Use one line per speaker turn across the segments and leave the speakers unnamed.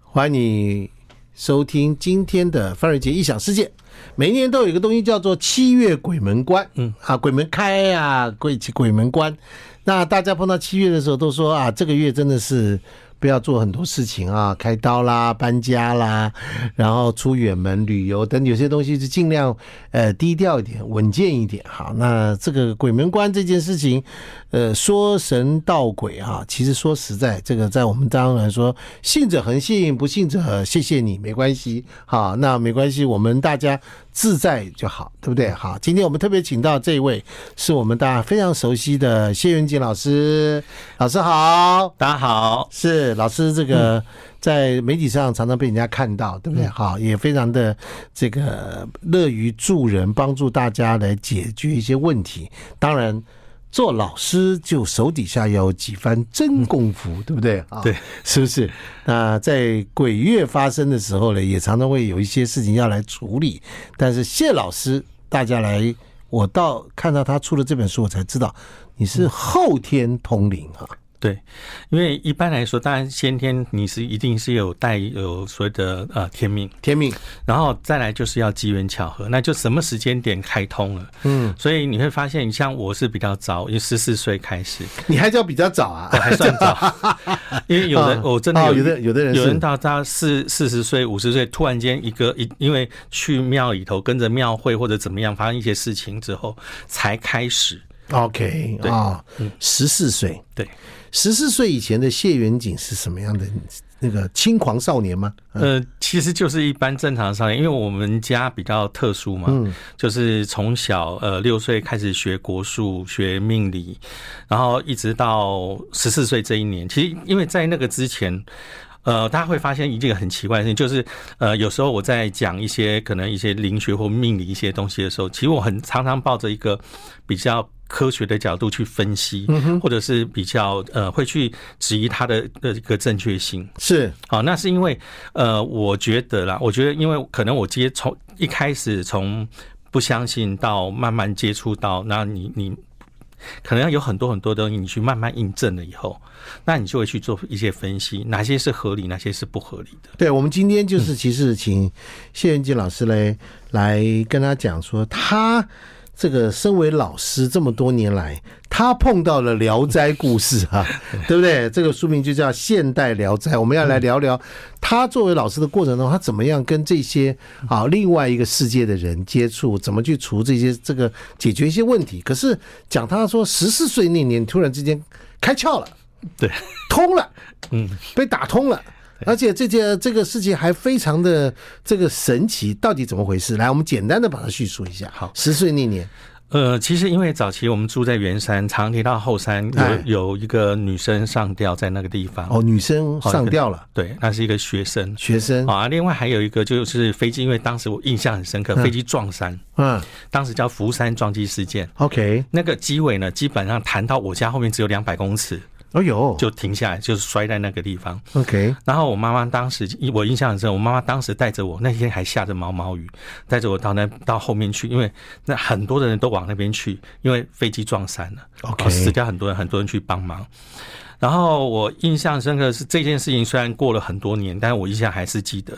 欢迎你收听今天的范瑞杰异想世界。每年都有一个东西叫做七月鬼门关，嗯啊，鬼门开啊，鬼鬼门关。那大家碰到七月的时候，都说啊，这个月真的是不要做很多事情啊，开刀啦、搬家啦，然后出远门旅游等，有些东西就尽量呃低调一点、稳健一点。好，那这个鬼门关这件事情，呃，说神道鬼啊，其实说实在，这个在我们当然说，信者恒信，不信者谢谢你，没关系。好，那没关系，我们大家自在就好，对不对？好，今天我们特别请到这一位，是我们大家非常熟悉的谢元景老师，老师好，
大家好，嗯
是老师这个在媒体上常常被人家看到，对不对？好，也非常的这个乐于助人，帮助大家来解决一些问题。当然。做老师就手底下要有几番真功夫，对不对啊？
对，
是不是？那在鬼月发生的时候呢，也常常会有一些事情要来处理。但是谢老师，大家来，我到看到他出了这本书，我才知道你
嗯
是后天通灵啊。
对，因为一般来说，当然先天你是一定是有带有所谓的呃天命，
天命，
然后再来就是要机缘巧合，那就什么时间点开通了。
嗯，
所以你会发现，像我是比较早，因十四岁开始，
你还叫比较早
我
啊？
还算早， 因为有的
啊
我真的
啊
有
有的有的人
有
是
人到他四四十岁、五十岁，突然间一个一因为去庙里头跟着庙会或者怎么样发生一些事情之后，才开始。
OK
对
啊，十四岁，
对，
十四岁以前的谢元景是什么样的那个轻狂少年吗？
呃，其实就是一般正常少年，因为我们家比较特殊嘛，就是从小呃六岁开始学国术、学命理，然后一直到十四岁这一年。其实因为在那个之前。呃，大家会发现一件很奇怪的事情，就是呃，有时候我在讲一些可能一些灵学或命理一些东西的时候，其实我很常常抱着一个比较科学的角度去分析，或者是比较呃会去质疑它的的一个正确性。
是
好，那是因为呃，我觉得啦，我觉得因为可能我接从一开始从不相信到慢慢接触到，那你你可能有很多很多东西，你去慢慢印证了以后，那你就会去做一些分析，哪些是合理，哪些是不合理的。
对，我们今天就是其实请谢元吉老师来来跟他讲说，他这个身为老师这么多年来，他碰到了《聊斋故事》啊，对不对？这个书名就叫《现代聊斋》，我们要来聊聊他作为老师的过程中，他怎么样跟这些啊另外一个世界的人接触，怎么去除这些这个解决一些问题。可是讲他说十四岁那年突然之间开窍了，
对，
通了。
嗯，
被打通了。而且这件这个事情还非常的这个神奇，到底怎么回事？来，我们简单的把它叙述一下。
好
十岁那年，
呃，其实因为早期我们住在圆山，常提到后山
哎
有有一个女生上吊在那个地方，
哦，女生上吊了，
对，那是一个学生。
学生，
啊，另外还有一个就是飞机，因为当时我印象很深刻，飞机撞山，
嗯
当时叫福山撞击事件。
，OK，
那个机尾呢，基本上弹到我家后面只有两百公尺，
哦呦，
就停下来，就是摔在那个地方。
OK，
然后我妈妈当时，我印象很深，我妈妈当时带着我，那天还下着毛毛雨，带着我到那到后面去，因为那很多的人都往那边去，因为飞机撞山了
OK
然后死掉很多人，很多人去帮忙。然后我印象深刻的是这件事情，虽然过了很多年，但是我印象还是记得。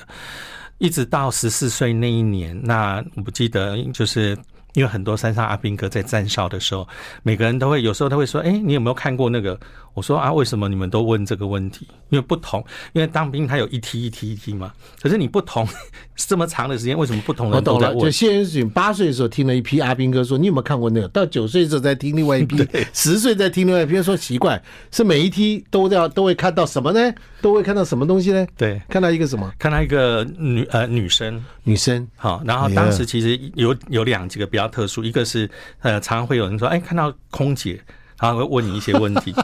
一直到十四岁那一年，那我不记得，就是因为很多山上阿兵哥在站哨的时候，每个人都会有时候他会说：“哎、你有没有看过那个？”我说：“啊，为什么你们都问这个问题？因为不同，因为当兵他有一梯一梯一梯嘛。可是你不同 这么长的时间，为什么不同
我
人都
懂
在
了。就
问？
谢元景八岁的时候听了一批阿兵哥说，你有没有看过那个？到九岁的时候在听另外一批，十岁在听另外一批，说奇怪，是每一批都要都会看到什么呢？都会看到什么东西呢？
对，
看到一个什么
看到一个女呃女生，
女生，
好，然后
哎呀
当时其实有有两几个比较特殊，一个是呃，常常会有人说，哎，看到空姐，然后会问你一些问 题，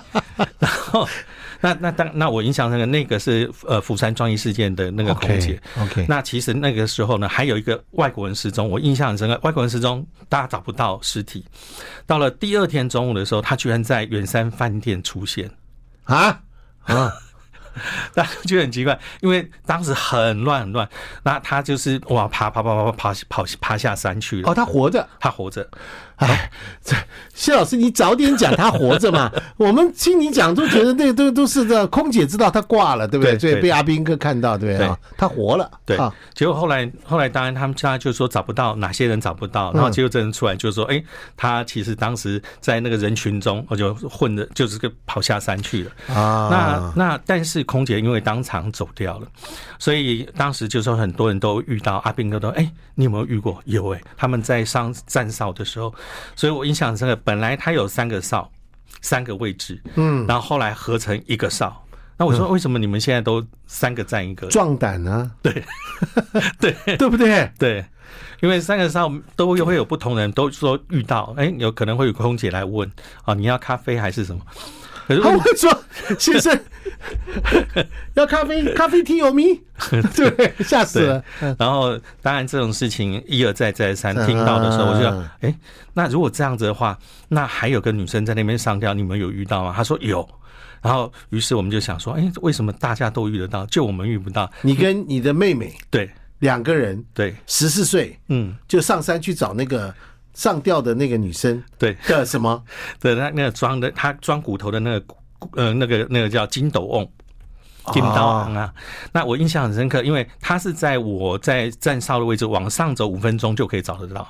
然后那那当那我印象深刻，那个是呃釜山撞击事件的那个空姐。
，OK，
那其实那个时候呢，还有一个外国人失踪，我印象很深刻。外国人失踪，大家找不到尸体。到了第二天中午的时候，他居然在圆山饭店出现，
啊啊，
大家觉得很奇怪，因为当时很乱很乱。那他就是哇，爬爬爬爬爬爬爬下山去了。
哦，他活着。
他活着，
哎，这谢老师，你早点讲他活着嘛！我们听你讲都觉得那都都是这空姐知道他挂了，对不对？
对
所以
对
被阿兵哥看到，对不对啊？他活了，
对
啊，，
结果后来后来，当然他们家就说找不到哪些人找不到，然后结果这人出来就说，哎、他其实当时在那个人群中，我就混的，就是个跑下山去了。
啊
那那但是空姐因为当场走掉了，所以当时就说很多人都遇到阿兵哥都哎、你有没有遇过？有哎、他们在上站哨的时候，所以我印象深刻。本来他有三个哨，三个位置，嗯，然后后来合成一个哨。那我说为什么你们现在都三个站一个？
壮胆啊，
对对
对不对？
对，因为三个哨都会有不同人都说遇到，哎、有可能会有空姐来问啊，你要咖啡还是什么？可是
他会说：“先生，要咖啡，咖啡厅有名。”对，吓死
对
了。，
然后当然这种事情一而再再而三听到的时候，我就要
啊，
哎，那如果这样子的话，那还有个女生在那边上吊，你们有遇到吗？她说有，然后于是我们就想说，哎，为什么大家都遇得到，就我们遇不到？
你跟你的妹妹
对
两个人，
对，
十四岁，
嗯，
就上山去找那个上吊的那个女生
对
的什么？
对，那那个装的，她装骨头的那个骨呃那个那个叫金斗瓮。金刀昂啊！那我印象很深刻，因为她是在我在站哨的位置往上走五分钟就可以找得到。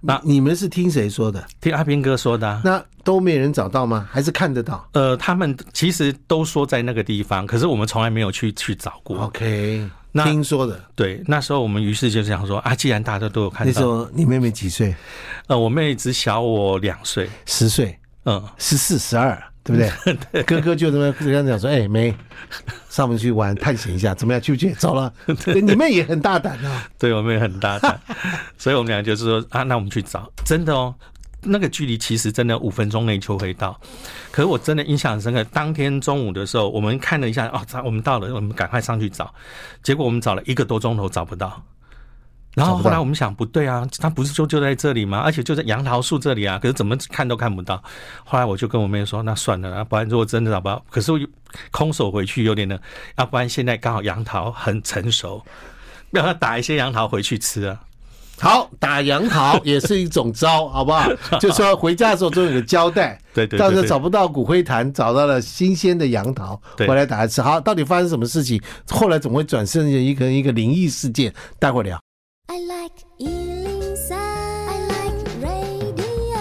那
你们是听谁说的？
听阿斌哥说的、啊，
那都没人找到吗？还是看得到
呃，他们其实都说在那个地方，可是我们从来没有去去找过。
哦？OK，
那
听说的。
对，那时候我们于是就想说啊，既然大家都有看
那时
到，
候你妹妹几岁？
呃，我妹只小我两岁，
十岁，
嗯，
十四、十二，对不 对？哥哥就这么跟他讲说：“哎，妹，上面去玩探险一下，怎么样？去不去？走 了。哎你妹也很大胆啊。
对我妹很大胆，所以我们俩就是说啊，那我们去找，真的哦。那个距离其实真的五分钟内就会到，可是我真的印象很深刻。当天中午的时候，我们看了一下，哦，找我们到了，我们赶快上去找，结果我们找了一个多钟头找不到。然后
找不
后
到
来我们想，不对啊，他不是就就在这里吗？而且就在杨桃树这里啊，可是怎么看都看不到。后来我就跟我妹说，那算了啊，不然如果真的找不到，可是我空手回去有点呢，要不然现在刚好杨桃很成熟，让他打一些杨桃回去吃啊。
好，打杨 桃也是一种招，好不好？ 就说回家的时候都有个交代。
对对对
到时候
对
找不到骨灰坛，找到了新鲜的杨桃，
对
回来打来吃。好，到底发生什么事情？后来怎么会转身成一个一个灵异事件？待会儿聊。
I like Ealing Sound. I like radio.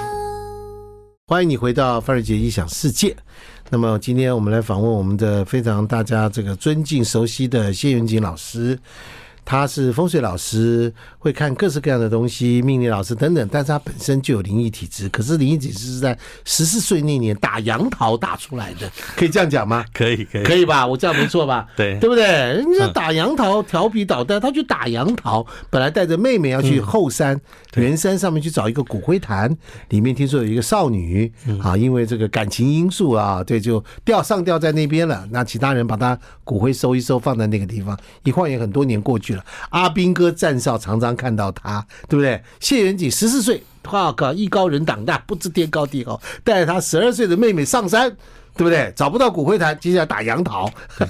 欢迎你回到范瑞杰异想世界。那么今天我们来访问我们的非常大家这个尊敬熟悉的谢元景老师，他是风水老师，会看各式各样的东西，命理老师等等，但是他本身就有灵异体质，可是灵异体质是在十四岁那年打杨桃打出来的，可以这样讲吗？
可以可以
可以吧？我这样没错吧？
对
对不对？人家打杨桃调皮捣蛋，他去打杨桃，本来带着妹妹要去后山圆山上面去找一个骨灰坛，里面听说有一个少女啊，因为这个感情因素啊，对，就吊上吊在那边了。那其他人把她骨灰收一收，放在那个地方。一晃眼很多年过去了，阿兵哥站哨常常看到她，对不对？谢元景十四岁，哇靠，艺高人胆大，不知天高地厚，带着他十二岁的妹妹上山。对不对？找不到骨灰坛，接下来打杨桃，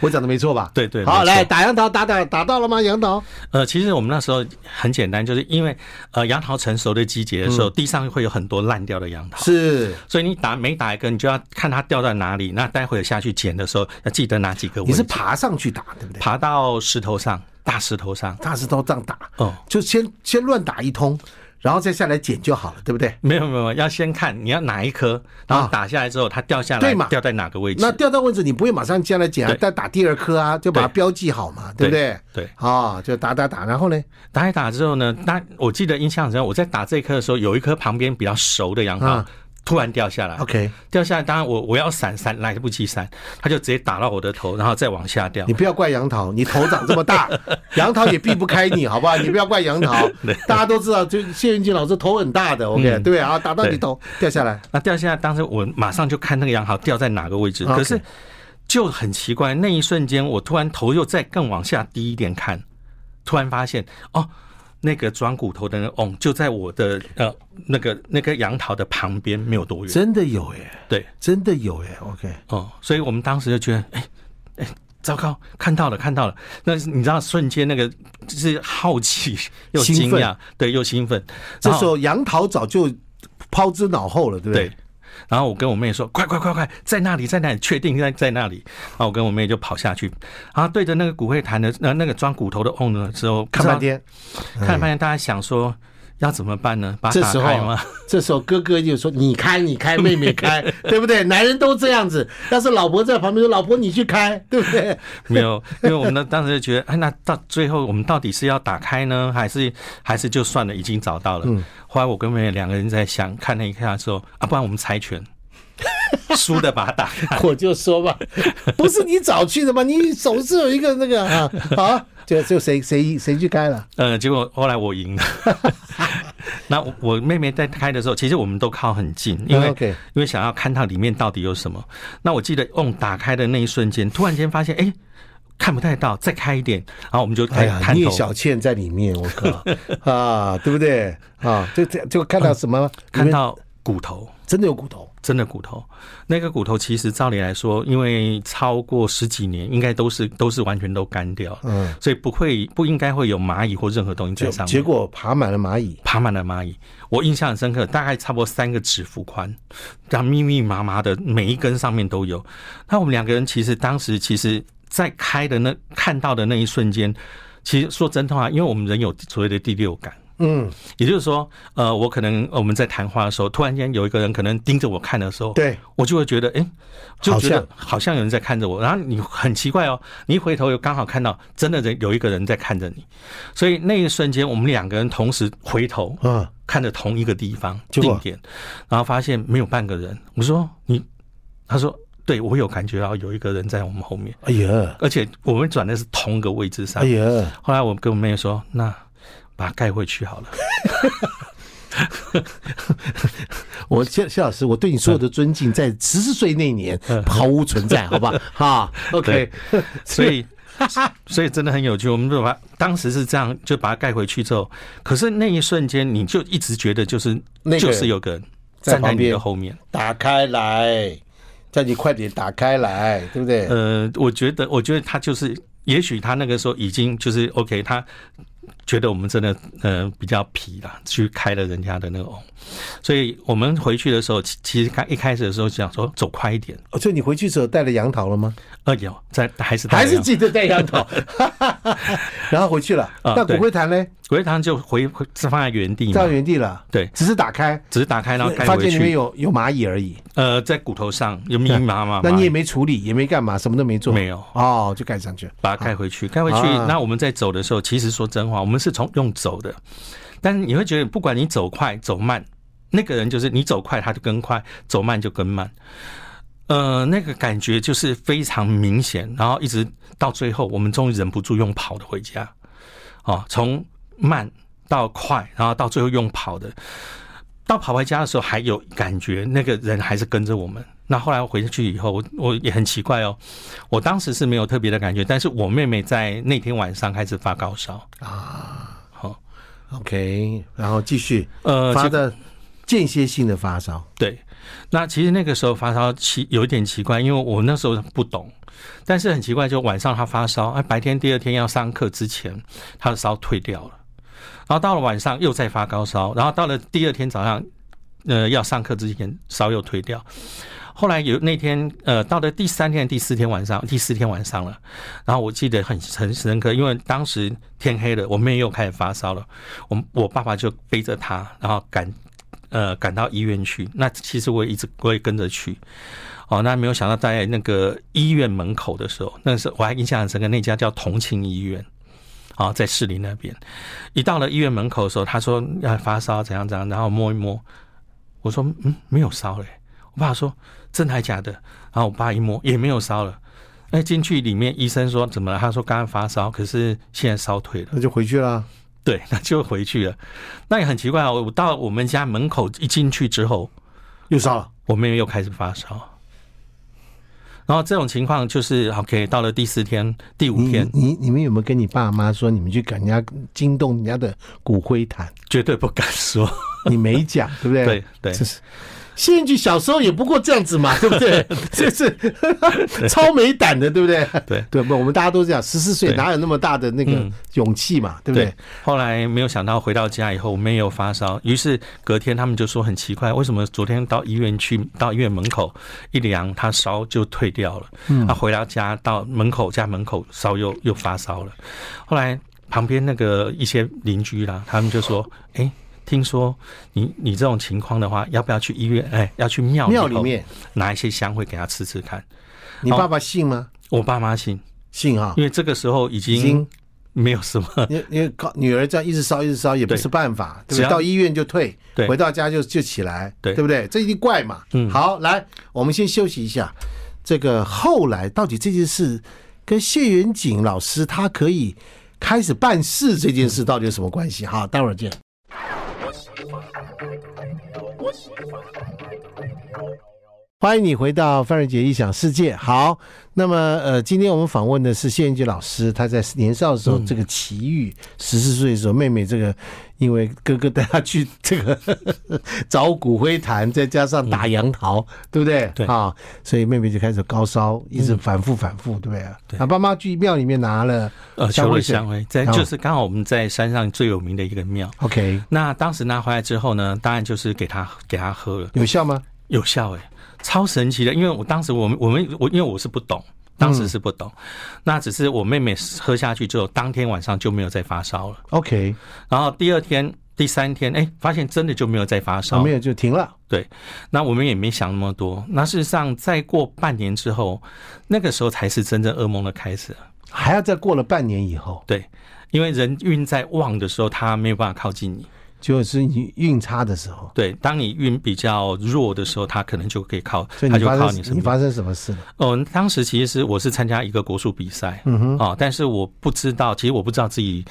我讲的没错吧？
对对
好，
没错
来打杨桃，打打打到了吗？杨桃，
呃，其实我们那时候很简单，就是因为呃杨桃成熟的季节的时候，
嗯
地上会有很多烂掉的杨桃，
是
所以你打每打一根，你就要看它掉到哪里。那待会儿下去捡的时候，要记得哪几个位
你是
置。
爬上去打，对不对？
爬到石头上，大石头上。
大石头这样打，
哦
就先先乱打一通，然后再下来捡就好了，对不对？
没有没有，没有要先看你要哪一颗，然后打下来之后它掉下
啊对
来
嘛，
掉在哪个位置？
那掉到位置你不会马上下来捡啊
对，
再打第二颗啊，就把它
对
标记好嘛，对不对？
对对
啊，就打打打，然后呢？
打一打之后呢，那我记得印象很深，我在打这一颗的时候，有一颗旁边比较熟的杨桃、
啊
突然掉下来。
OK
掉下来，当然我我要闪闪来不及闪，它就直接打到我的头，然后再往下掉
你。不要怪杨桃，你头长这么大，杨桃也避不开你，好不好？你不要怪杨 桃，大家都知道，就谢云锦老师头很大的，OK，、对啊，打到你
嗯对
头掉下来，
那掉下来，当时我马上就看那个杨桃掉在哪个位置，
OK
可是就很奇怪，那一瞬间我突然头又再更往下低一点看，突然发现哦，那个装骨头的那个瓮就在我的呃那个那个杨桃的旁边没有多远，
真的有耶，
对。
真的有耶，OK，
哦，所以我们当时就觉得，哎、哎、糟糕，看到了，看到了。那是你知道，瞬间那个就是好奇又
兴
惊
奋
讶，对，又兴奋。
这
然后
时候杨桃早就抛之脑后了，对不对？
对。然后我跟我妹说：“快快快快，在那里，在那里，确定在在那里。”然后我跟我妹就跑下去，然后对着那个骨灰坛的呃那个装骨头的瓮呢，之后
看半，天，
看了半天，大家想说要怎么办呢？把它
这
打
时候
开吗？
啊，这时候哥哥就说：“你开，你开，妹妹开，对不对？男人都这样子。要是老婆在旁边说：‘老婆，你去开，对不对
没有，因为我们呢当时就觉得，哎，那到最后我们到底是要打开呢，还是还是就算了，已经找到了。
嗯
后来我跟妹妹两个人在想，看了一下说，啊，不然我们猜拳， 输的把它打开。？’
我就说吧，不是你早去的吗？你总是有一个那个啊，好啊，就就谁谁谁去开了，
呃，结果后来我 赢了。那我我妹妹在开的时候，其实我们都靠很近，因为、
嗯，OK
因为想要看到里面到底有什么。那我记得 on 打开的那一瞬间，突然间发现，哎、看不太到，再开一点，然后我们就
哎
开始
呀，
探
聂
头，
小倩在里面，我 靠啊，对不对啊？就就就看到什么？
嗯看
里面
到骨头。
真的有骨头，
真的骨头，那个骨头其实照理来说，因为超过十几年，应该都是都是完全都干掉了，
嗯，
所以不会不应该会有蚂蚁或任何东西
就
在上面。
结果爬满了蚂蚁，
爬满了蚂蚁，我印象很深刻，大概差不多三个指幅宽，然后密密麻麻的，每一根上面都有。那我们两个人其实当时其实，在开的那看到的那一瞬间，其实说真的话，因为我们人有所谓的第六感。
嗯，
也就是说，呃，我可能呃我们在谈话的时候，突然间有一个人可能盯着我看的时候，
对，
我就会觉得，哎、就觉
好
得好像有人在看着我。然后你很奇怪哦，你一回头又刚好看到真的人有一个人在看着你，所以那一瞬间我们两个人同时回头
啊，
看着同一个地方
结果
定点，然后发现没有半个人。我说你，他说对我有感觉到有一个人在我们后面，
哎呀，
而且我们转的是同个位置上
哎。呀，
后来我跟我妹说，那把它盖回去好了。
我谢谢老师，我对你所有的尊敬，在十四岁那年
嗯
毫无存在，好 吧？哈，OK，
所以，所以真的很有趣。我们就把当时是这样，就把它盖回去之后，可是那一瞬间，你就一直觉得就是
那个
就是有个人
在
站在
旁
你
边
的后面。
打开来，叫你快点打开来，对不对？
呃，我觉得，我觉得他就是，也许他那个时候已经就是 OK，他觉得我们真的呃比较皮啦，去开了人家的那个哦。所以我们回去的时候，其其实刚一开始的时候想说走快一点，
哦所以你回去之后带了杨桃了吗？
呃有在还是
还是
进
记得带杨 桃， 然后回去了。
啊
那骨
对
灰坛呢？
鬼月堂就回回放在原地嘛
到，原地了，
对，
只是打开，
只是打开然后盖
发
回
现里面
去，
有有蚂蚁而已。
呃，在骨头上有密密麻麻，
那你也
麻
没处理，也没干嘛，什么都没做。
啊没有
哦，就盖上去。
把它盖回去，盖回去。
啊
那我们在走的时候，其实说真话，我们是从用走的，但是你会觉得，不管你走快走慢，那个人就是你走快他就跟快，走慢就跟慢。呃，那个感觉就是非常明显，然后一直到最后，我们终于忍不住用跑的回家。哦，从慢到快，然后到最后用跑的，到跑回家的时候还有感觉，那个人还是跟着我们。那后来我回去以后，我我也很奇怪哦，我当时是没有特别的感觉，但是我妹妹在那天晚上开始发高烧啊，好、
OK，然后继续
呃，
发
结
的间歇性的发烧。
对，那其实那个时候发烧奇有一点奇怪，因为我那时候不懂，但是很奇怪，就晚上她发烧，哎，白天第二天要上课之前，她的烧退掉了，然后到了晚上又再发高烧，然后到了第二天早上，呃，要上课之前烧又退掉。后来有那天，呃，到了第三天、第四天晚上，第四天晚上了，然后我记得很很深刻，因为当时天黑了，我妹又开始发烧了，我我爸爸就背着她，然后赶呃赶到医院去。那其实我也一直我也跟着去。哦，那没有想到在那个医院门口的时候，那时候我还印象很深刻，那家叫同庆医院。啊、在士林那边，一到了医院门口的时候，他说要发烧怎样怎样，然后摸一摸，我说嗯没有烧嘞、我爸说真的还假的，然后我爸一摸也没有烧了，那进去里面医生说怎么了？他说刚刚发烧，可是现在烧退了。
那就回去啦。
对，那就回去了。那也很奇怪哦，我到我们家门口一进去之后，
又烧了，
我妹妹又开始发烧。然后这种情况就是 OK，到了第四天、第五
你
天，
你你们有没有跟你爸妈说你们去赶人家惊动人家的骨灰坛？
绝对不敢说。
你没讲，对不对？
对对
这是仙剧小时候也不过这样子嘛，对不对？这是超没胆的，对不对？
对
对，不，我们大家都这样，十四岁
对
哪有那么大的那个
嗯
勇气嘛，对不对？
后来没有想到回到家以后没有发烧，于是隔天他们就说很奇怪，为什么昨天到医院去到医院门口一量他烧就退掉了，
嗯
他、啊回到家到门口家门口烧又又发烧了，后来旁边那个一些邻居啦，他们就说，哎、听说你你这种情况的话，要不要去医院？哎、要去庙
庙
里
里
头
面，
拿一些香灰给他吃吃看。
你爸爸信吗？
我爸妈信，
信啊，
因为这个时候已
已
经
经。
没有什么
因因为靠女儿这样一直烧一直烧也不
对
是办法，对不
只
对？
要
到医院就退，
对
回到家就就起来，
对
对不对？这一定怪嘛。
嗯
好，来，我们先休息一下。这个后来到底这件事跟谢元景老师他可以开始办事这件事到底有什么关系？好，待会儿见。欢迎你回到范瑞杰异想世界。好，那么呃，今天我们访问的是谢元杰老师，他在年少的时候
嗯
这个奇遇，十四岁的时候，妹妹这个因为哥哥带他去这个 找骨灰坛，再加上打杨桃，对不对？
嗯对嗯
啊，所以妹妹就开始高烧，一直反复反复，对不对？
对
啊，爸妈去庙里面拿了
呃，
香
求
灰
了
水
香灰，在
哦
就是刚好我们在山上最有名的一个庙。
，OK，
那当时拿回来之后呢，当然就是给他给他喝了，
有效吗？
有效哎、超神奇的。因为我当时我们我们我因为我是不懂，当时是不懂，那只是我妹妹喝下去之后，当天晚上就没有再发烧了。
OK，
然后第二天、第三天，哎、发现真的就没有再发
啊，
烧
没。有就停了。
对，那我们也没想那么多。那事实上，再过半年之后，那个时候才是真正噩梦的开始。啊
还要再过了半年以后，
对，因为人运在旺的时候，他没有办法靠近你。
就是你运差的时候，
对，当你运比较弱的时候，他可能就可以靠，
所以
他
你
就
发
靠你
生
身
你
边。
发生什么事了？
哦，当时其实是我是参加一个国术比赛，嗯哼，哦，但是我不知道，其实我不知道自己，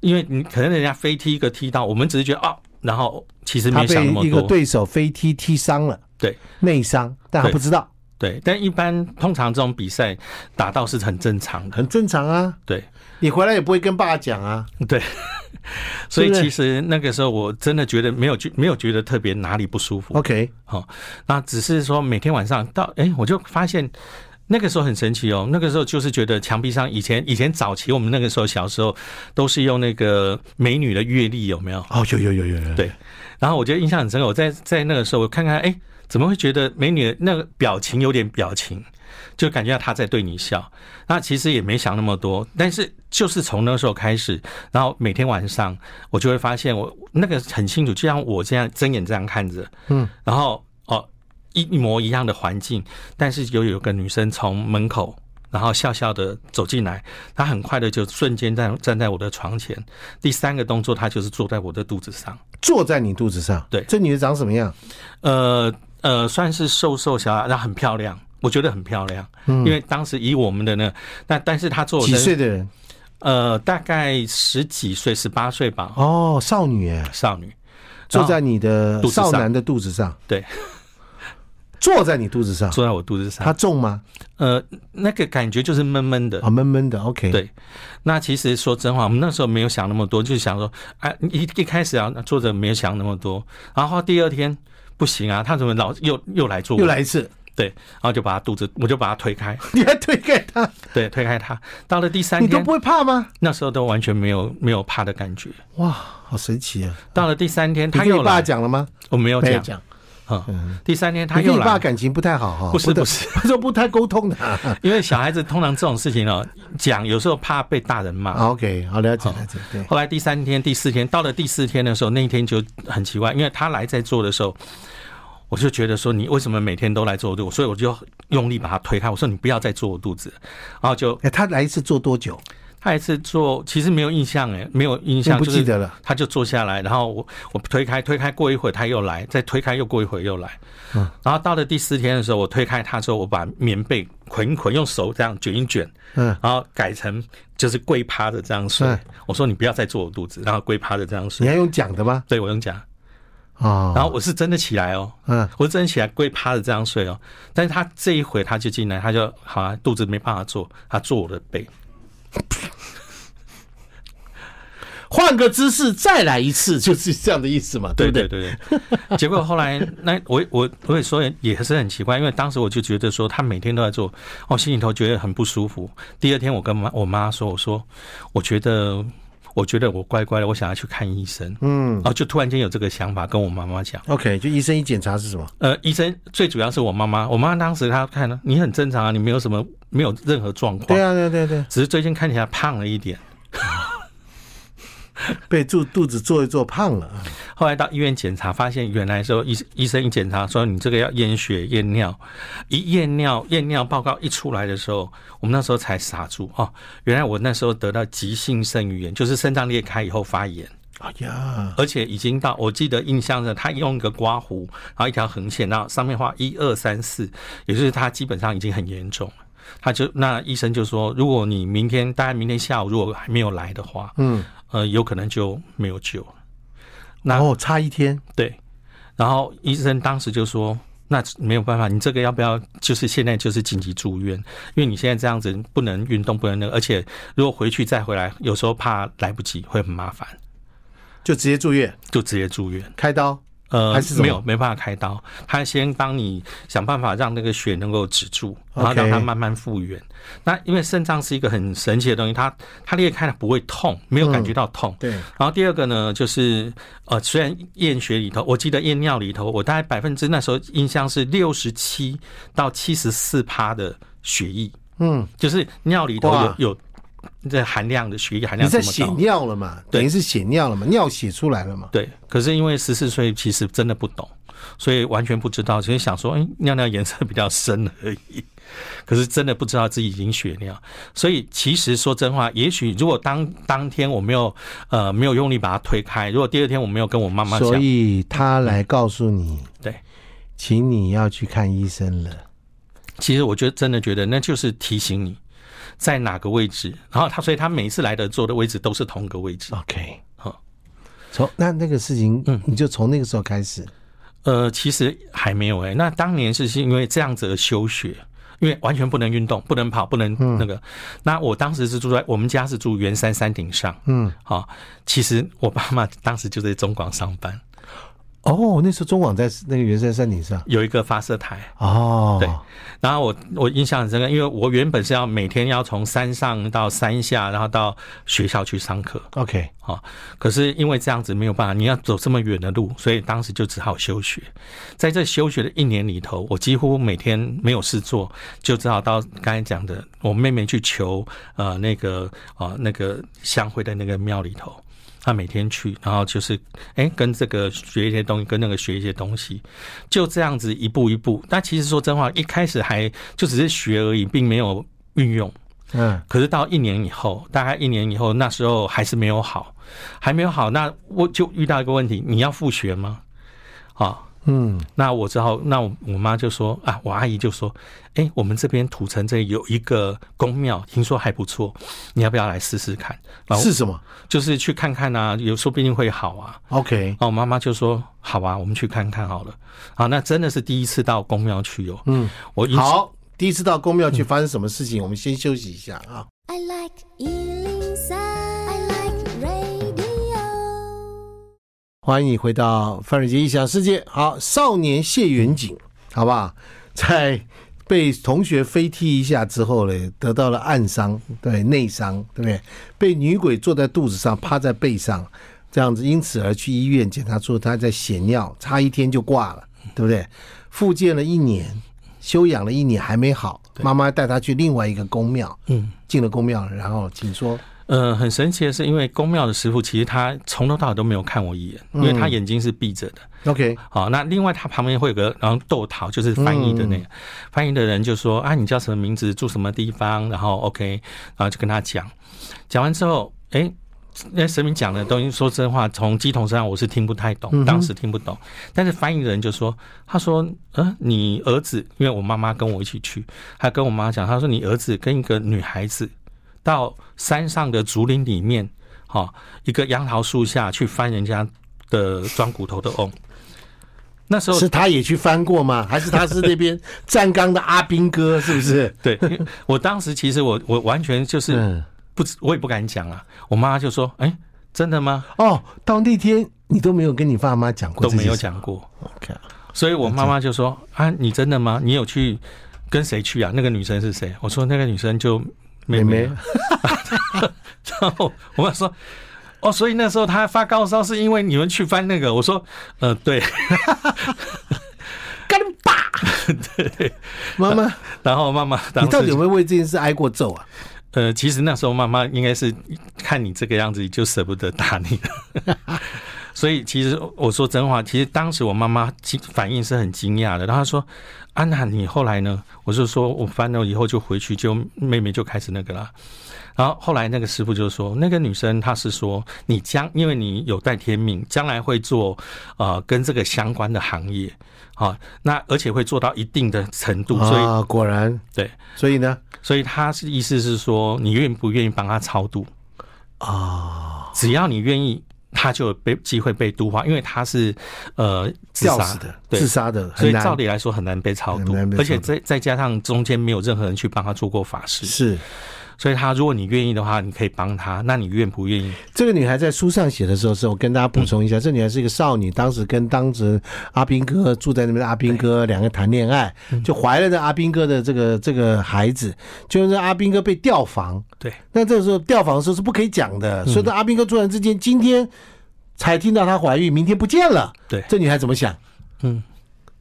因为你可能人家飞踢一个踢到，我们只是觉得哦，然后其实
他
没想
被
那么
一个
多。
对手飞踢踢伤了，
对
内伤，但他
对
不知道，
对，但一般通常这种比赛打到是很正常的，
很正常啊。
对
你回来也不会跟爸讲啊，
对。所以
对
其实那个时候我真的觉得没有觉没有觉得特别哪里不舒服，
OK，
哦，那只是说每天晚上到，哎、我就发现那个时候很神奇哦。那个时候就是觉得墙壁上以前以前早期我们那个时候小时候都是用那个美女的阅历有没有？
哦，有有有有有，
对然后我觉得印象很深刻，我在在那个时候我看看，哎、怎么会觉得美女的那个表情有点表情，就感觉到她在对你笑。那其实也没想那么多，但是就是从那时候开始，然后每天晚上我就会发现我那个很清楚，就像我这样睁眼这样看着，
嗯，
然后哦一一模一样的环境，但是有有个女生从门口。然后笑笑的走进来，她很快的就瞬间站站在我的床前。第三个动作，她就是坐在我的肚子上。
坐在你肚子上，
对
这女的长什么样？
呃呃，算是瘦瘦小小，那很漂亮，我觉得很漂亮。因为当时以我们的那，但但是她做我
嗯几
的
岁？的人？
呃，大概十几岁，十八岁吧，
哦，少女哎，
少女。
坐在你的
肚子上
少男的肚子上，
对，
坐在你肚子上，
坐在我肚子
啊她
上，
重吗？
呃，那个感觉就是闷闷的
啊，。闷闷的，OK，
对，那其实说真话，我们那时候没有想那么多，就是想说，哎，一一开始啊，作者没有想那么多，然后第二天不行啊，他怎么老又又来做我？
又来一次，
对，然后就把他肚子，我就把他推开，
你还推开她，
对，推开他。到了第三
你都
天
不，会怕吗？
那时候都完全没有没有怕的感觉。
哇，好神奇啊！
到了第三天，
你
他
跟你
又
爸
来，
讲了吗？
我没有
没有
讲
讲。嗯
啊、第三天他
你跟
又
你爸
来，
感情不太好哈？
不是
太
不是，
他说 不太沟 通的啊。
因为小孩子通常这种事情哦，讲有时候怕被大人骂。
啊 OK，好了解了解，对，
后来第三天、第四天，到了第四天的时候，那一天就很奇怪，因为他来在做的时候，我就觉得说你为什么每天都来做我肚子，所以我就用力把他推开，我说你不要再做我肚子，然后就
哎，他来一次做多久？
他一次做，其实没有印象哎，没有印
嗯
象，
不
就是
记得了
他就坐下来，然后我我推开推开，过一会儿他又来，再推开又过一会儿又来，嗯，然后到了第四天的时候，我推开他之后，我把棉被捆一捆，用手这样卷一卷，
嗯，
然后改成就是跪趴着这样睡。
嗯
我说你不要再坐我肚子，然后跪趴着这样
你
睡。
还用讲的吗？
对我用讲，
啊，
然后我是真的起来哦，
嗯，
我是真的起来跪趴着这样睡哦。但是他这一回他就进来，他就好、啊、肚子没办法坐，他坐我的背，
换个姿势再来一次，就是这样的意思嘛，
对
不
对？对对。 结果后来，那我我我也说也是很奇怪，因为当时我就觉得说他每天都在做，我心里头觉得很不舒服。第二天我跟妈我妈说，我说我觉得我觉得我乖乖的，我想要去看医生。嗯，然后就突然间有这个想法跟我妈妈讲。
OK，就医生一检查是什么？
呃，医生最主要是我妈妈，我妈妈当时她看了你很正常啊，你没有什么没有任何状况，
对啊，对啊对啊对啊，
只是最近看起来胖了一点。
被肚肚子坐一坐胖了，
后来到医院检查，发现原来说医医生一检查说你这个要验血验尿，一验尿验尿报告一出来的时候，我们那时候才傻住哦，原来我那时候得到急性肾盂炎，就是肾脏裂开以后发炎，
哎呀，
而且已经到我记得印象是他用一个刮胡，然后一条横线，然后上面画一二三四，也就是他基本上已经很严重了。他就那医生就说，如果你明天大概明天下午如果还没有来的话，
嗯，
呃，有可能就没有救了。那
然后差一天，
对，然后医生当时就说：“那没有办法，你这个要不要就是现在就是紧急住院？因为你现在这样子不能运动，不能那个，而且如果回去再回来，有时候怕来不及，会很麻烦，
就直接住院
就直接住院。
开刀。
呃，
还是什么
没有没办法开刀，他先帮你想办法让那个血能够止住，然后
OK
让它慢慢复原。那因为肾脏是一个很神奇的东西，它它裂开了不会痛，没有感觉到痛。
对，
然后第二个呢，就是呃，虽然验血里头，我记得验尿里头，我大概百分之那时候印象是六十七到七十四趴的血液，
嗯，
就是尿里头
哇
有有这含量的血液含
你
量这
在
么
血
高。
尿了嘛？等于是血尿了嘛？尿血出来了嘛？
对，可是因为十四岁其实真的不懂，所以完全不知道，只是想说，哎、尿尿颜色比较深而已。可是真的不知道自己已经血尿，所以其实说真话，也许如果当 当天我没有呃没有用力把它推开，如果第二天我没有跟我妈妈讲
所，以他来告诉你，
对，
请你要去看医生了。
其实我觉得真的觉得那就是提醒你在哪个位置，然后他所以他每次来的坐的位置都是同一个位置。
OK，
好，
从那那个事情，
嗯
你就从那个时候开始。
呃，其实还没有哎、那当年是是因为这样子而休学。因为完全不能运动，不能跑，不能那个。那我当时是住在我们家是住圆山山顶上，
嗯，
好、其实我爸妈当时就在中广上班，
哦，那时候中广在那个圆山山顶上。
有一个发射台，
哦，
对然后我我印象很深刻，因为我原本是要每天要从山上到山下，然后到学校去上课，
，OK，
啊、可是因为这样子没有办法，你要走这么远的路，所以当时就只好休学。在这休学的一年里头，我几乎每天没有事做，就只好到刚才讲的我妹妹去求呃那个呃那个香会的那个庙里头。她每天去，然后就是哎、跟这个学一些东西，跟那个学一些东西，就这样子一步一步。但其实说真话，一开始还就只是学而已，并没有运用。
嗯，
可是到一年以后，大概一年以后，那时候还是没有好，还没有好，那我就遇到一个问题：你要复学吗？啊，
嗯，
那我只好，那我我妈就说啊，我阿姨就说，哎、我们这边土城这里有一个宫庙，听说还不错，你要不要来试试看？然后
是什么
就是去看看啊，有说不定会好啊。
？OK，
哦，我妈妈就说好啊，我们去看看好了。啊，那真的是第一次到宫庙去哦。嗯，我印象
好，第一次到公庙
嗯
去发生什么事情？我们先休息一下啊。
I like Ealing Sound. I like radio.
欢迎你回到范瑞杰异想世界。好，少年谢远景，好不好？在被同学飞踢一下之后呢，得到了暗伤，对内伤，对不对？被女鬼坐在肚子上，趴在背上，这样子，因此而去医院检查出他在血尿，差一天就挂了，对不对？复健了一年，休养了一年还没好，妈妈带他去另外一个宫庙，嗯，进了宫庙，然后请说，
呃，很神奇的是，因为宫庙的师傅其实他从头到尾都没有看我一眼，因为他眼睛是闭着的。
OK，
好，那另外他旁边会有个然后豆桃，就是翻译的那个、翻译的人就说啊，你叫什么名字，住什么地方，然后 OK，然后就跟他讲，讲完之后，哎、那神明讲的东西，说真话，从鸡童身上我是听不太懂，当时听不懂。但是翻译人就说，他说，呃，你儿子，因为我妈妈跟我一起去，他跟我妈讲，他说你儿子跟一个女孩子到山上的竹林里面，哈、一个杨桃树下去翻人家的装骨头的瓮。那时候
是他也去翻过吗？还是他是那 边站岗的阿兵哥？是不是？
对，因为我当时其实我我完全就是
嗯，
不知，我也不敢讲啊。我妈就说：“哎、真的吗？
哦，到那天你都没有跟你爸妈讲过，
都没有。讲过。
OK，啊
所以我妈妈就说：“啊，你真的吗？你有去跟谁去啊？那个女生是谁？”我说：“那个女生就
妹
妹妹
妹
啊。” 然后我妈说：“哦，所以那时候她发高烧是因为你们去翻那个。”我说：“呃，对。
干爸，妈妈，”
然后妈妈当时，
你到底有没有为这件事挨过揍啊？
呃，其实那时候妈妈应该是看你这个样子就舍不得打你了 所以其实我说真话，其实当时我妈妈惊反应是很惊讶的，然后她说：“安娜，你后来呢？”我就说我翻了以后就回去，就妹妹就开始那个啦。然后后来那个师傅就说，那个女生她是说，你将因为你有带天命，将来会做呃跟这个相关的行业，啊，那而且会做到一定的程度，所以、
啊，果然，
对，
所以呢，
所以他是意思是说，你愿不愿意帮他超度
哦
啊？只要你愿意，他就有被机会被度化，因为他是呃自
吊
杀
死的，
对
自，杀的，
所
很
以
难
照理来说很难被超度
很难被，超度
而且再再加上中间没有任何人去帮他做过法事，
是
所以他如果你愿意的话，你可以帮他，那你愿不愿意？
这个女孩在书上写的时候，是我跟大家
嗯
补充一下，这女孩是一个少女，当时跟当时阿兵哥住在那边的阿兵哥两个谈恋爱，就怀了这阿兵哥的这个这个孩子，就是阿兵哥被调防，
对，
那这个时候调防的时候是不可以讲
嗯
的，所以阿兵哥突然之间今天才听到她怀孕，明天不见了，
对
这女孩怎么想？
嗯，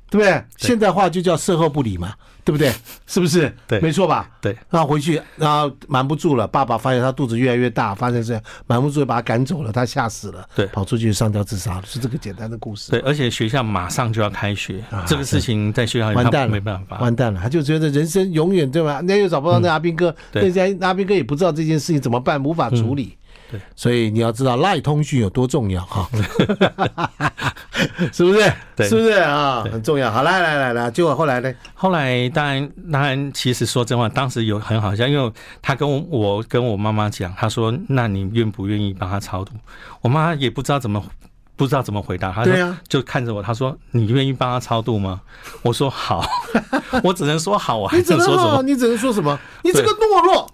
对不对？现代话就叫事后不理嘛，对不对？是不是？
对
没错吧？
对，
然后回去，然后瞒不住了，爸爸发现他肚子越来越大，发现是瞒不住，把他赶走了，他吓死了，
对
跑出去上吊自杀了，是这个简单的故事。
对，而且学校马上就要开学
啊，
这个事情在学校里
完
哎他
蛋了，
没办法，嗯
完蛋了，他就觉得人生永远对吧？人家又找不到那阿兵哥，
对
人家那阿兵哥也不知道这件事情怎么办，无法处理。
嗯对，
所以你要知道赖通讯有多重要 哈，是不是？
对
是不是啊？
对
很重要。好，来来来来，结果后来呢？
后来，当然，当然，其实说真话，当时有很好笑，因为他跟我我跟我妈妈讲，他说：“那你愿不愿意帮他超度？”我妈也不知道怎么不知道怎么回答，她说
对啊
就看着我，她说：“你愿意帮他超度吗？” 我说：“好。”我只能说好，我还
你只
能
能
说什
好，
哎么？
你只能说什么？你这个懦弱，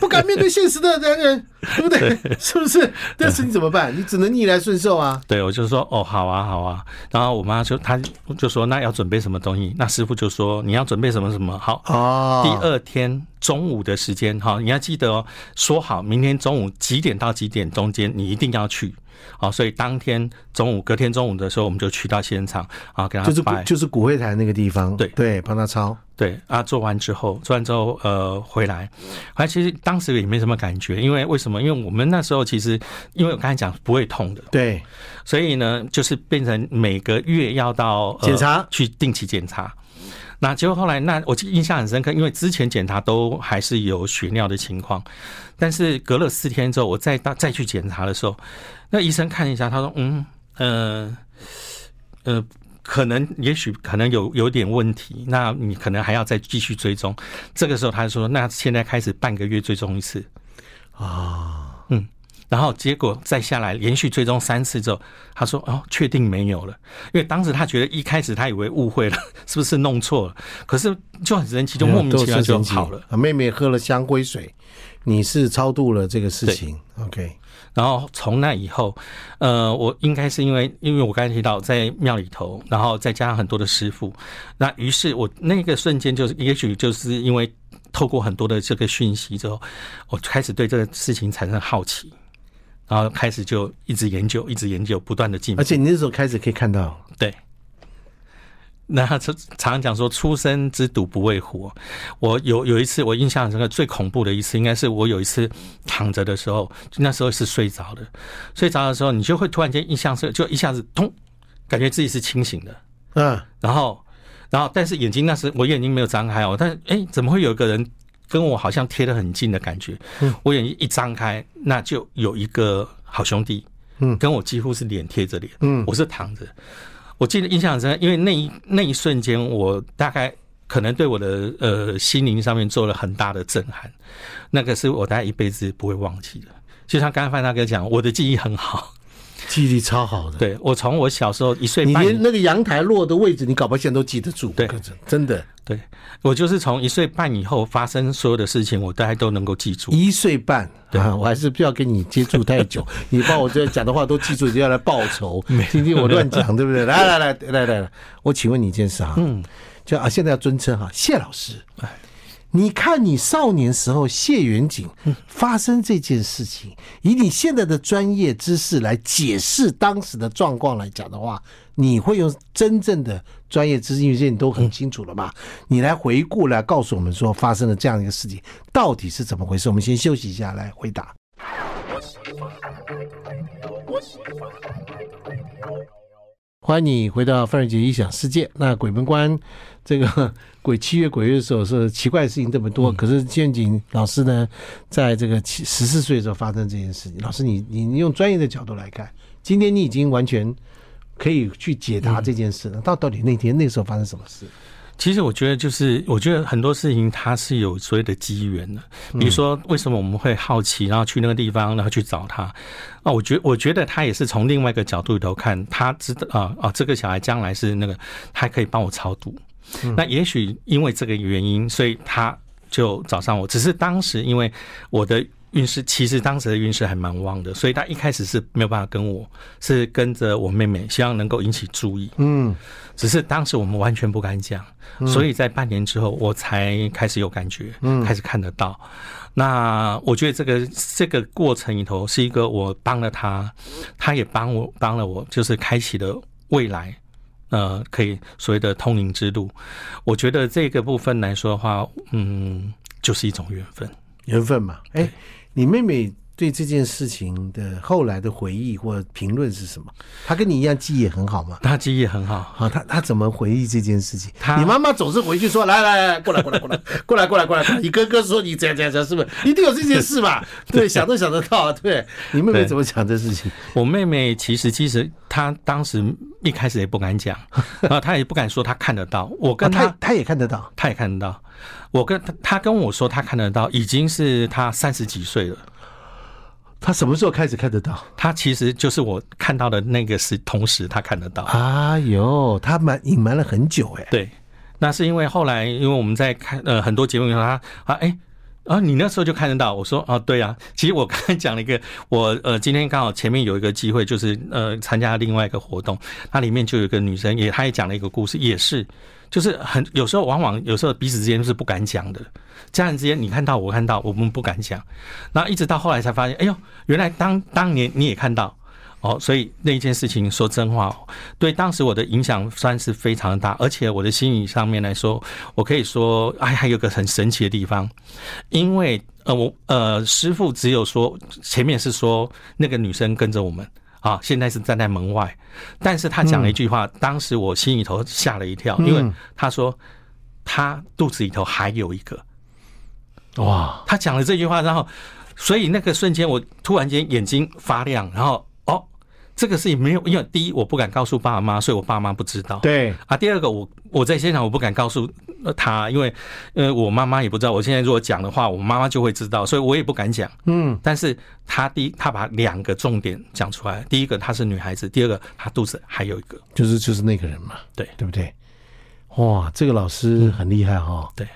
不敢面对现实的男 人，对不对？是不是？但是你怎么办？你只能逆来顺受啊。
对，我就说哦，好啊，好啊。然后我妈就她就说那要准备什么东西？那师傅就说你要准备什么什么好。
哦，
第二天中午的时间，哈，你要记得哦，说好明天中午几点到几点中间你一定要去，好，所以当天中午、隔天中午的时候，我们就去到现场啊，给他
就是
拜，
就是骨灰坛那个地方，
对
对，帮他抄。
对啊，做完之后，做完之后，呃，回来，后来其实当时也没什么感觉，因为为什么？因为我们那时候其实，因为我刚才讲不会痛的，
对，
所以呢，就是变成每个月要到、呃
检查
去定期检查。那结果后来，那我记印象很深刻，因为之前检查都还是有血尿的情况，但是隔了四天之后，我再到再去检查的时候，那医生看一下，他说：“嗯，呃，呃，可能也许可能有有点问题，那你可能还要再继续追踪。”这个时候他就说：“那现在开始半个月追踪一次。”啊，嗯，然后结果再下来连续追踪三次之后，他说：“哦，确定没有了。”因为当时他觉得一开始他以为误会了， 是不是弄错了？可是就很神奇，就莫名其妙就好了。
啊。妹妹喝了香灰水，你是超度了这个事情。OK，
然后从那以后，呃，我应该是因为因为我刚才提到在庙里头，然后再加上很多的师傅，那于是我那个瞬间就是，也许就是因为透过很多的这个讯息之后，我开始对这个事情产生好奇，然后开始就一直研究，一直研究，不断的进步
而。且你那时候开始可以看到，
对。那他常常讲说“出生之犊不畏虎”，我有有一次我印象很深刻，最恐怖的一次应该是我有一次躺着的时候，那时候是睡着的，睡着的时候你就会突然间印象是就一下子通，感觉自己是清醒的，
嗯，
然后然后但是眼睛那时我眼睛没有张开哦，但哎、诶怎么会有一个人跟我好像贴得很近的感觉？我眼睛一张开，那就有一个好兄弟，嗯，跟我几乎是脸贴着脸，嗯，我是躺着。我记得印象很深，因为那一那一瞬间，我大概可能对我的呃心灵上面做了很大的震撼，那个是我大概一辈子不会忘记的。就像刚才范大哥讲，我的记忆很好，
记忆力超好
嗯
的。
对我从我小时候一岁
你
半以，
连那个阳台落的位置，你搞不好现在都记得住。
对
可是真的
对我就是从一岁半以后发生所有的事情，我大概都能够记住。
一岁半
对
啊，我还是不要跟你接触太久。你把我这讲的话都记住，你就要来报仇。今天我乱讲，对不对？来来来来来来，我请问你一件事啊，嗯，就啊，现在要尊称哈，谢老师。你看，你少年时候谢远景发生这件事情，以你现在的专业知识来解释当时的状况来讲的话，你会用真正的专业知识，因为这你都很清楚了嘛？你来回顾来告诉我们说发生了这样一个事情到底是怎么回事？我们先休息一下来回答。欢迎你回到范瑞杰异想世界。那鬼门关这个 鬼七月鬼月的时候是奇怪的事情这么多，可是建景老师呢，在这个七十四岁的时候发生这件事情，老师你你你用专业的角度来看，今天你已经完全可以去解答这件事了。到到底那天那时候发生什么事？
其实我觉得，就是我觉得很多事情它是有所谓的机缘的。比如说，为什么我们会好奇，然后去那个地方，然后去找他？啊，我觉我觉得他也是从另外一个角度里头看，他知道啊啊，这个小孩将来是那个，他可以帮我超度。那也许因为这个原因，所以他就找上我。只是当时因为我的运势，其实当时的运势还蛮旺的，所以他一开始是没有办法跟我，是跟着我妹妹，希望能够引起注意。
嗯，
只是当时我们完全不敢讲，所以在半年之后我才开始有感觉，开始看得到。那我觉得这个这个过程里头是一个我帮了他，他也帮我帮了我，就是开启了未来，呃，可以所谓的通灵之路。我觉得这个部分来说的话，嗯，就是一种缘分。
缘分嘛。哎，你妹妹对这件事情的后来的回忆或评论是什么？她跟你一样记忆也很好吗？
他记忆很好，
好，啊他他怎么回忆这件事情？
他
你妈妈总是回去说：“来来来，过来过来过 来过来过来过来。”你哥哥说你怎样怎样怎样，是不是？一定有这件事嘛？对，想都想得到啊。对，你妹妹
对
怎么讲这事情？
我妹妹其实其实她当时一开始也不敢讲， 然后她也不敢说她看得到。我跟
啊
她、
他他也看得到，
他也看得到。我跟他，他跟我说他看得到，已经是他三十几岁了。
他什么时候开始看得到？
他其实就是我看到的那个时，同时他看得到。
哎呦，他瞒隐瞒了很久哎、
对，那是因为后来，因为我们在看呃很多节目里头，他啊哎。啊，你那时候就看得到？我说啊，对啊。 其实我刚才讲了一个，我呃，今天刚好前面有一个机会，就是呃，参加另外一个活动，那里面就有一个女生，也她也讲了一个故事，也是，就是很有时候往往有时候彼此之间是不敢讲的，家人之间你看到我看到，我们不敢讲，那一直到后来才发现，哎呦，原来当当年你也看到，哦，所以那一件事情，说真话，对当时我的影响算是非常大，而且我的心理上面来说，我可以说，哎，还有个很神奇的地方，因为呃，我呃，师傅只有说前面是说那个女生跟着我们啊，现在是站在门外，但是他讲了一句话，当时我心里头吓了一跳，因为他说他肚子里头还有一个，
哇，
他讲了这句话，然后，所以那个瞬间，我突然间眼睛发亮，然后哦，这个事情没有，因为第一我不敢告诉爸妈，所以我爸妈不知道。
对，
啊，第二个我我在现场我不敢告诉呃他，因为呃我妈妈也不知道，我现在如果讲的话，我妈妈就会知道，所以我也不敢讲。
嗯，
但是他第一，他把两个重点讲出来，第一个她是女孩子，第二个她肚子还有一个，
就是就是那个人嘛，
对
对不对？哇，这个老师很厉害哈、
对。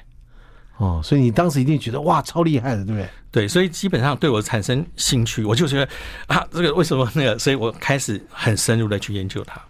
哦，所以你当时一定觉得哇，超厉害的，对不对？
对，所以基本上对我产生兴趣，我就觉得啊，这个为什么那个，所以我开始很深入的去研究它。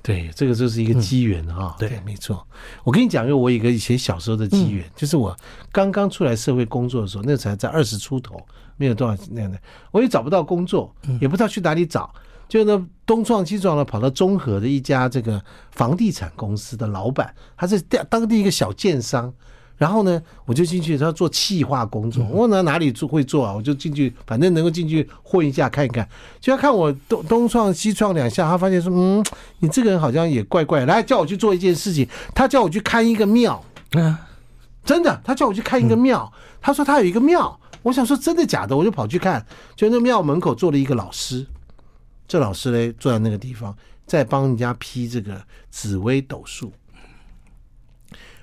对，这个就是一个机缘啊哈。
对
嗯没错。我跟你讲，因为我有一个以前小时候的机缘，就是我刚刚出来社会工作的时候，那才在二十出头，没有多少那样的，我也找不到工作，也不知道去哪里找。就呢，东撞西撞的，跑到中和的一家这个房地产公司的老板，他是当当地一个小建商。然后呢，我就进去，他做企划工作，我哪哪里做会做啊？我就进去，反正能够进去混一下看一看。就他看我东东撞西撞两下，他发现说，嗯，你这个人好像也怪怪的。来叫我去做一件事情，他叫我去看一个庙，
嗯，
真的，他叫我去看一个庙，他说他有一个庙，我想说真的假的，我就跑去看，就那庙门口坐了一个老师，这老师嘞坐在那个地方，在帮人家批这个紫微斗数。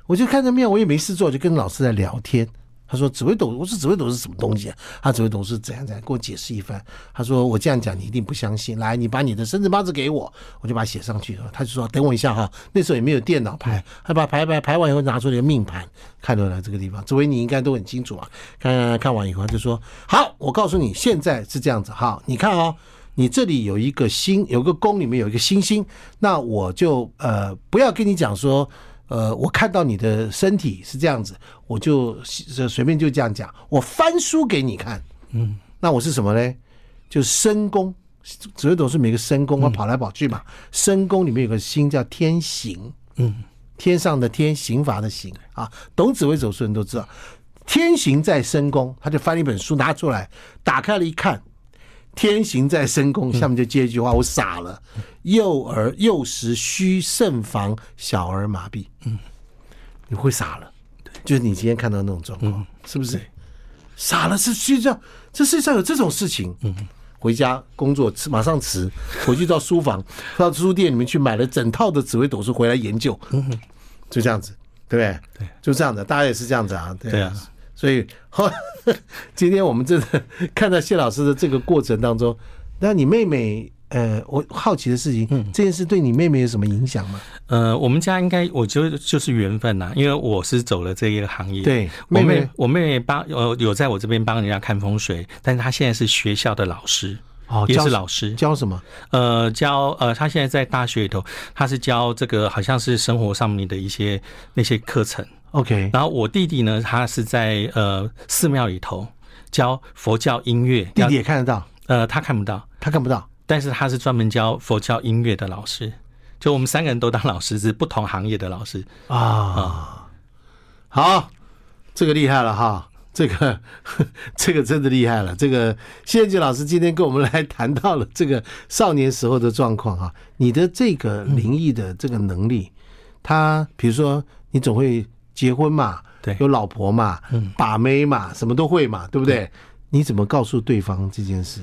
我就看着庙，我也没事做，我就跟老师在聊天。他说紫微斗，我说紫微斗是什么东西啊？他紫微斗是怎样怎样，给我解释一番。他说我这样讲你一定不相信，来，你把你的生辰八字给我，我就把它写上去。他就说等我一下哈，那时候也没有电脑排，他把排排排完以后拿出来个命盘，看出来这个地方，紫微你应该都很清楚啊。看看看完以后他就说好，我告诉你现在是这样子哈，你看哦。你这里有一个星，有个宫里面有一个星星，那我就呃不要跟你讲说，呃，我看到你的身体是这样子，我就随随便就这样讲，我翻书给你看，嗯，那我是什么呢？就是申宫，紫微斗是每个申宫啊跑来跑去嘛，申宫里面有个星叫天刑，嗯，天上的天，刑罚的刑啊，懂紫微斗数人都知道，天刑在申宫，他就翻一本书拿出来，打开了一看。天行在深宫，下面就接一句话，我傻了。幼儿幼时需慎防小儿麻痹，嗯，你会傻了，就是你今天看到那种状况，是不是？傻了是需要，这世界上有这种事情，嗯，回家工作辞马上辞，回去到书房 到书店里面去买了整套的紫微斗数回来研究，嗯，就这样子，对不对？对，就这样子，大家也是这样子啊，对
对啊。
所以 后今天我们真的看到谢老师的这个过程当中，那你妹妹，呃，我好奇的事情，这件事对你妹妹有什么影响吗？
呃，我们家应该，我觉得就是缘分呐、因为我是走了这一个行业。
对
我
妹
妹，
妹
我妹妹帮呃有在我这边帮人家看风水，但是她现在是学校的老师，
哦
也
教
是老师，
教什么？
呃，教呃，她现在在大学里头，她是教这个好像是生活上面的一些那些课程。
OK，
然后我弟弟呢，他是在呃寺庙里头教佛教音乐，
弟弟也看得到，
呃他看不到，
他看不到。
但是他是专门教佛教音乐的老师。就我们三个人都当老师，是不同行业的老师。
啊，好，这个厉害了哈，这个 这个真的厉害了。这个谢杰老师今天跟我们来谈到了这个少年时候的状况哈，你的这个灵异的这个能力，他比如说你总会结婚嘛，
对嗯
有老婆嘛，把妹嘛，什么都会嘛，对不对？你怎么告诉对方这件事？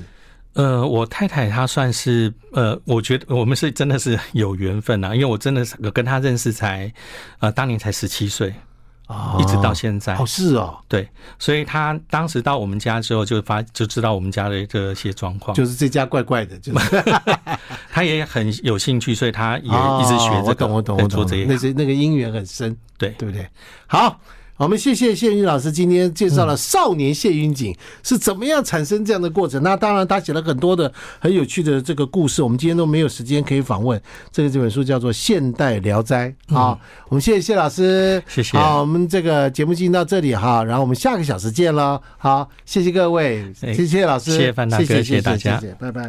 呃，我太太她算是呃，我觉得我们是真的是有缘分啊，因为我真的是我跟她认识才呃，当年才十七岁，
啊
一直到现在。
哦，是哦，
对，所以她当时到我们家之后，就发就知道我们家的这些状况，
就是这家怪怪的，就是。
她也很有兴趣，所以她也
啊，
一直学这个，
我懂，我懂，我
在
懂
做这一
那
行。
是那个因缘很深，
对
对不对？好，我们谢谢谢云老师今天介绍了少年谢云锦是怎么样产生这样的过程。那当然，他写了很多的很有趣的这个故事，我们今天都没有时间可以访问。这个这本书叫做《现代聊斋》啊，我们谢谢谢老师，
嗯谢谢
好，我们这个节目进行到这里哈，然后我们下个小时见喽。好，谢谢各位，
哎
谢谢老师，
谢谢范大哥
谢
谢谢大家
谢谢拜拜。